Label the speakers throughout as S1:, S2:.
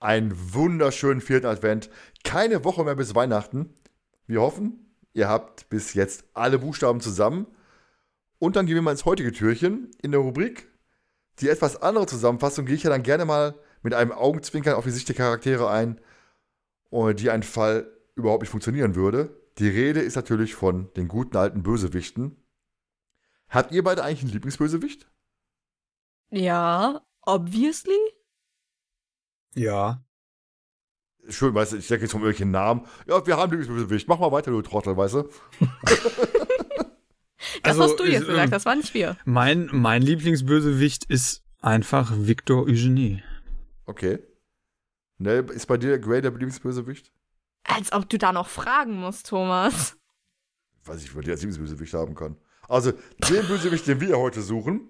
S1: einen wunderschönen vierten Advent. Keine Woche mehr bis Weihnachten. Wir hoffen, ihr habt bis jetzt alle Buchstaben zusammen. Und dann gehen wir mal ins heutige Türchen in der Rubrik. Die etwas andere Zusammenfassung gehe ich ja dann gerne mal mit einem Augenzwinkern auf die Sicht der Charaktere ein, ohne die ein Fall überhaupt nicht funktionieren würde. Die Rede ist natürlich von den guten alten Bösewichten. Habt ihr beide eigentlich einen Lieblingsbösewicht?
S2: Ja, obviously.
S3: Ja.
S1: Schön, weißt du, ich denke jetzt um irgendwelchen Namen. Ja, wir haben einen Lieblingsbösewicht. Mach mal weiter, du Trottel, weißt du?
S2: Das
S3: Also,
S2: hast du jetzt
S3: äh,
S1: ähm,
S2: gesagt, das war nicht wir.
S3: Mein, mein Lieblingsbösewicht ist einfach Victor Eugenie.
S1: Okay. Ne, ist bei dir Grey der Lieblingsbösewicht?
S2: Als ob du da noch fragen musst, Thomas.
S1: Weiß ich, wer dir als Lieblingsbösewicht haben kann. Also, den Bösewicht, den wir heute suchen,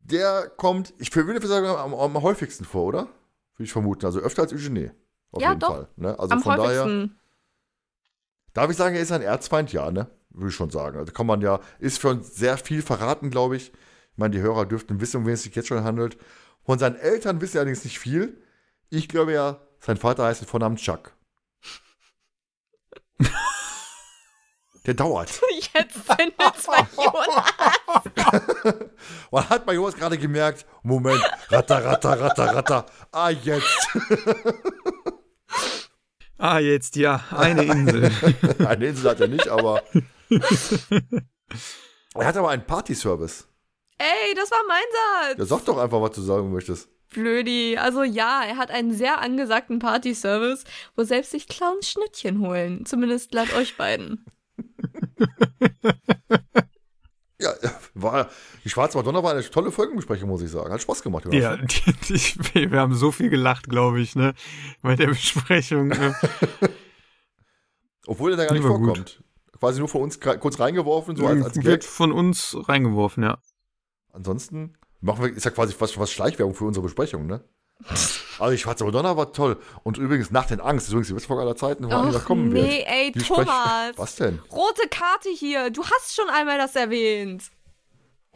S1: der kommt, ich würde vielleicht sagen, am, am häufigsten vor, oder? Würde ich vermuten. Also öfter als Eugenie. Auf
S2: Ja,
S1: jeden
S2: doch.
S1: Fall. Ne? Also
S2: Am
S1: von daher.
S2: häufigsten.
S1: Darf ich sagen, er ist ein Erzfeind? Ja, ne? Würde ich schon sagen. Also kann man ja, ist schon sehr viel verraten, glaube ich. Ich meine, die Hörer dürften wissen, um wen es sich jetzt schon handelt. Von seinen Eltern wissen wir allerdings nicht viel. Ich glaube ja, sein Vater heißt mit Vornamen Chuck. Der dauert.
S2: Jetzt sind wir zwei Jahre.
S1: Und hat bei Jonas gerade gemerkt, Moment, ratter, ratter, ratter, ratter. Ah, jetzt.
S3: Ah, jetzt ja, eine Insel.
S1: Eine Insel hat er nicht, aber. Er hat aber einen Party-Service.
S2: Ey, das war mein Satz.
S1: Ja, sag doch einfach, was du sagen möchtest.
S2: Blödi. Also ja, er hat einen sehr angesagten Party-Service, wo selbst sich Clowns Schnittchen holen. Zumindest laut euch beiden.
S1: Ja, war, die Schwarze Madonna war eine tolle Folgenbesprechung, muss ich sagen. Hat Spaß gemacht. Jonas.
S3: ja, die, die, wir haben so viel gelacht, glaube ich, ne? Bei der Besprechung. Ne?
S1: Obwohl er da gar nicht
S3: War gut.
S1: vorkommt. Quasi nur von uns gra- kurz reingeworfen, so als, als
S3: Wird
S1: Gag.
S3: von uns reingeworfen, ja.
S1: Ansonsten machen wir, ist ja quasi fast, fast Schleichwerbung für unsere Besprechung, ne? Also die Schwarze Madonna war toll. Und übrigens, Nach den Angst, ist übrigens die beste Folge aller Zeiten, wo einer
S2: Och
S1: kommen
S2: nee,
S1: wird.
S2: ey,
S1: Die Sprech-
S2: Thomas.
S1: Was denn?
S2: Rote Karte hier. Du hast schon einmal das erwähnt.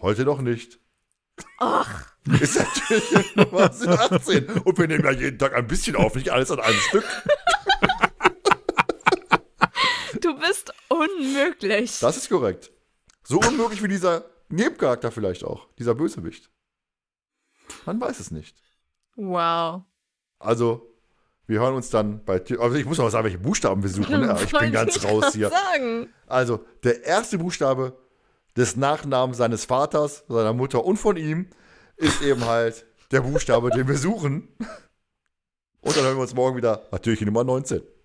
S1: Heute noch nicht. Ach. Ist natürlich Nummer 18. Und wir nehmen ja jeden Tag ein bisschen auf, nicht alles an einem Stück.
S2: Du bist unmöglich.
S1: Das ist korrekt. So unmöglich wie dieser Nebencharakter vielleicht auch, dieser Bösewicht. Man weiß es nicht.
S2: wow.
S1: Also, wir hören uns dann bei. Tür- Also, ich muss noch sagen, welche Buchstaben wir suchen. Ne? Ich bin
S2: Wollte
S1: ganz raus
S2: grad
S1: hier.
S2: Sagen.
S1: Also, der erste Buchstabe des Nachnamens seines Vaters, seiner Mutter und von ihm ist eben halt der Buchstabe, den wir suchen. Und dann hören wir uns morgen wieder. Natürlich Nummer 19.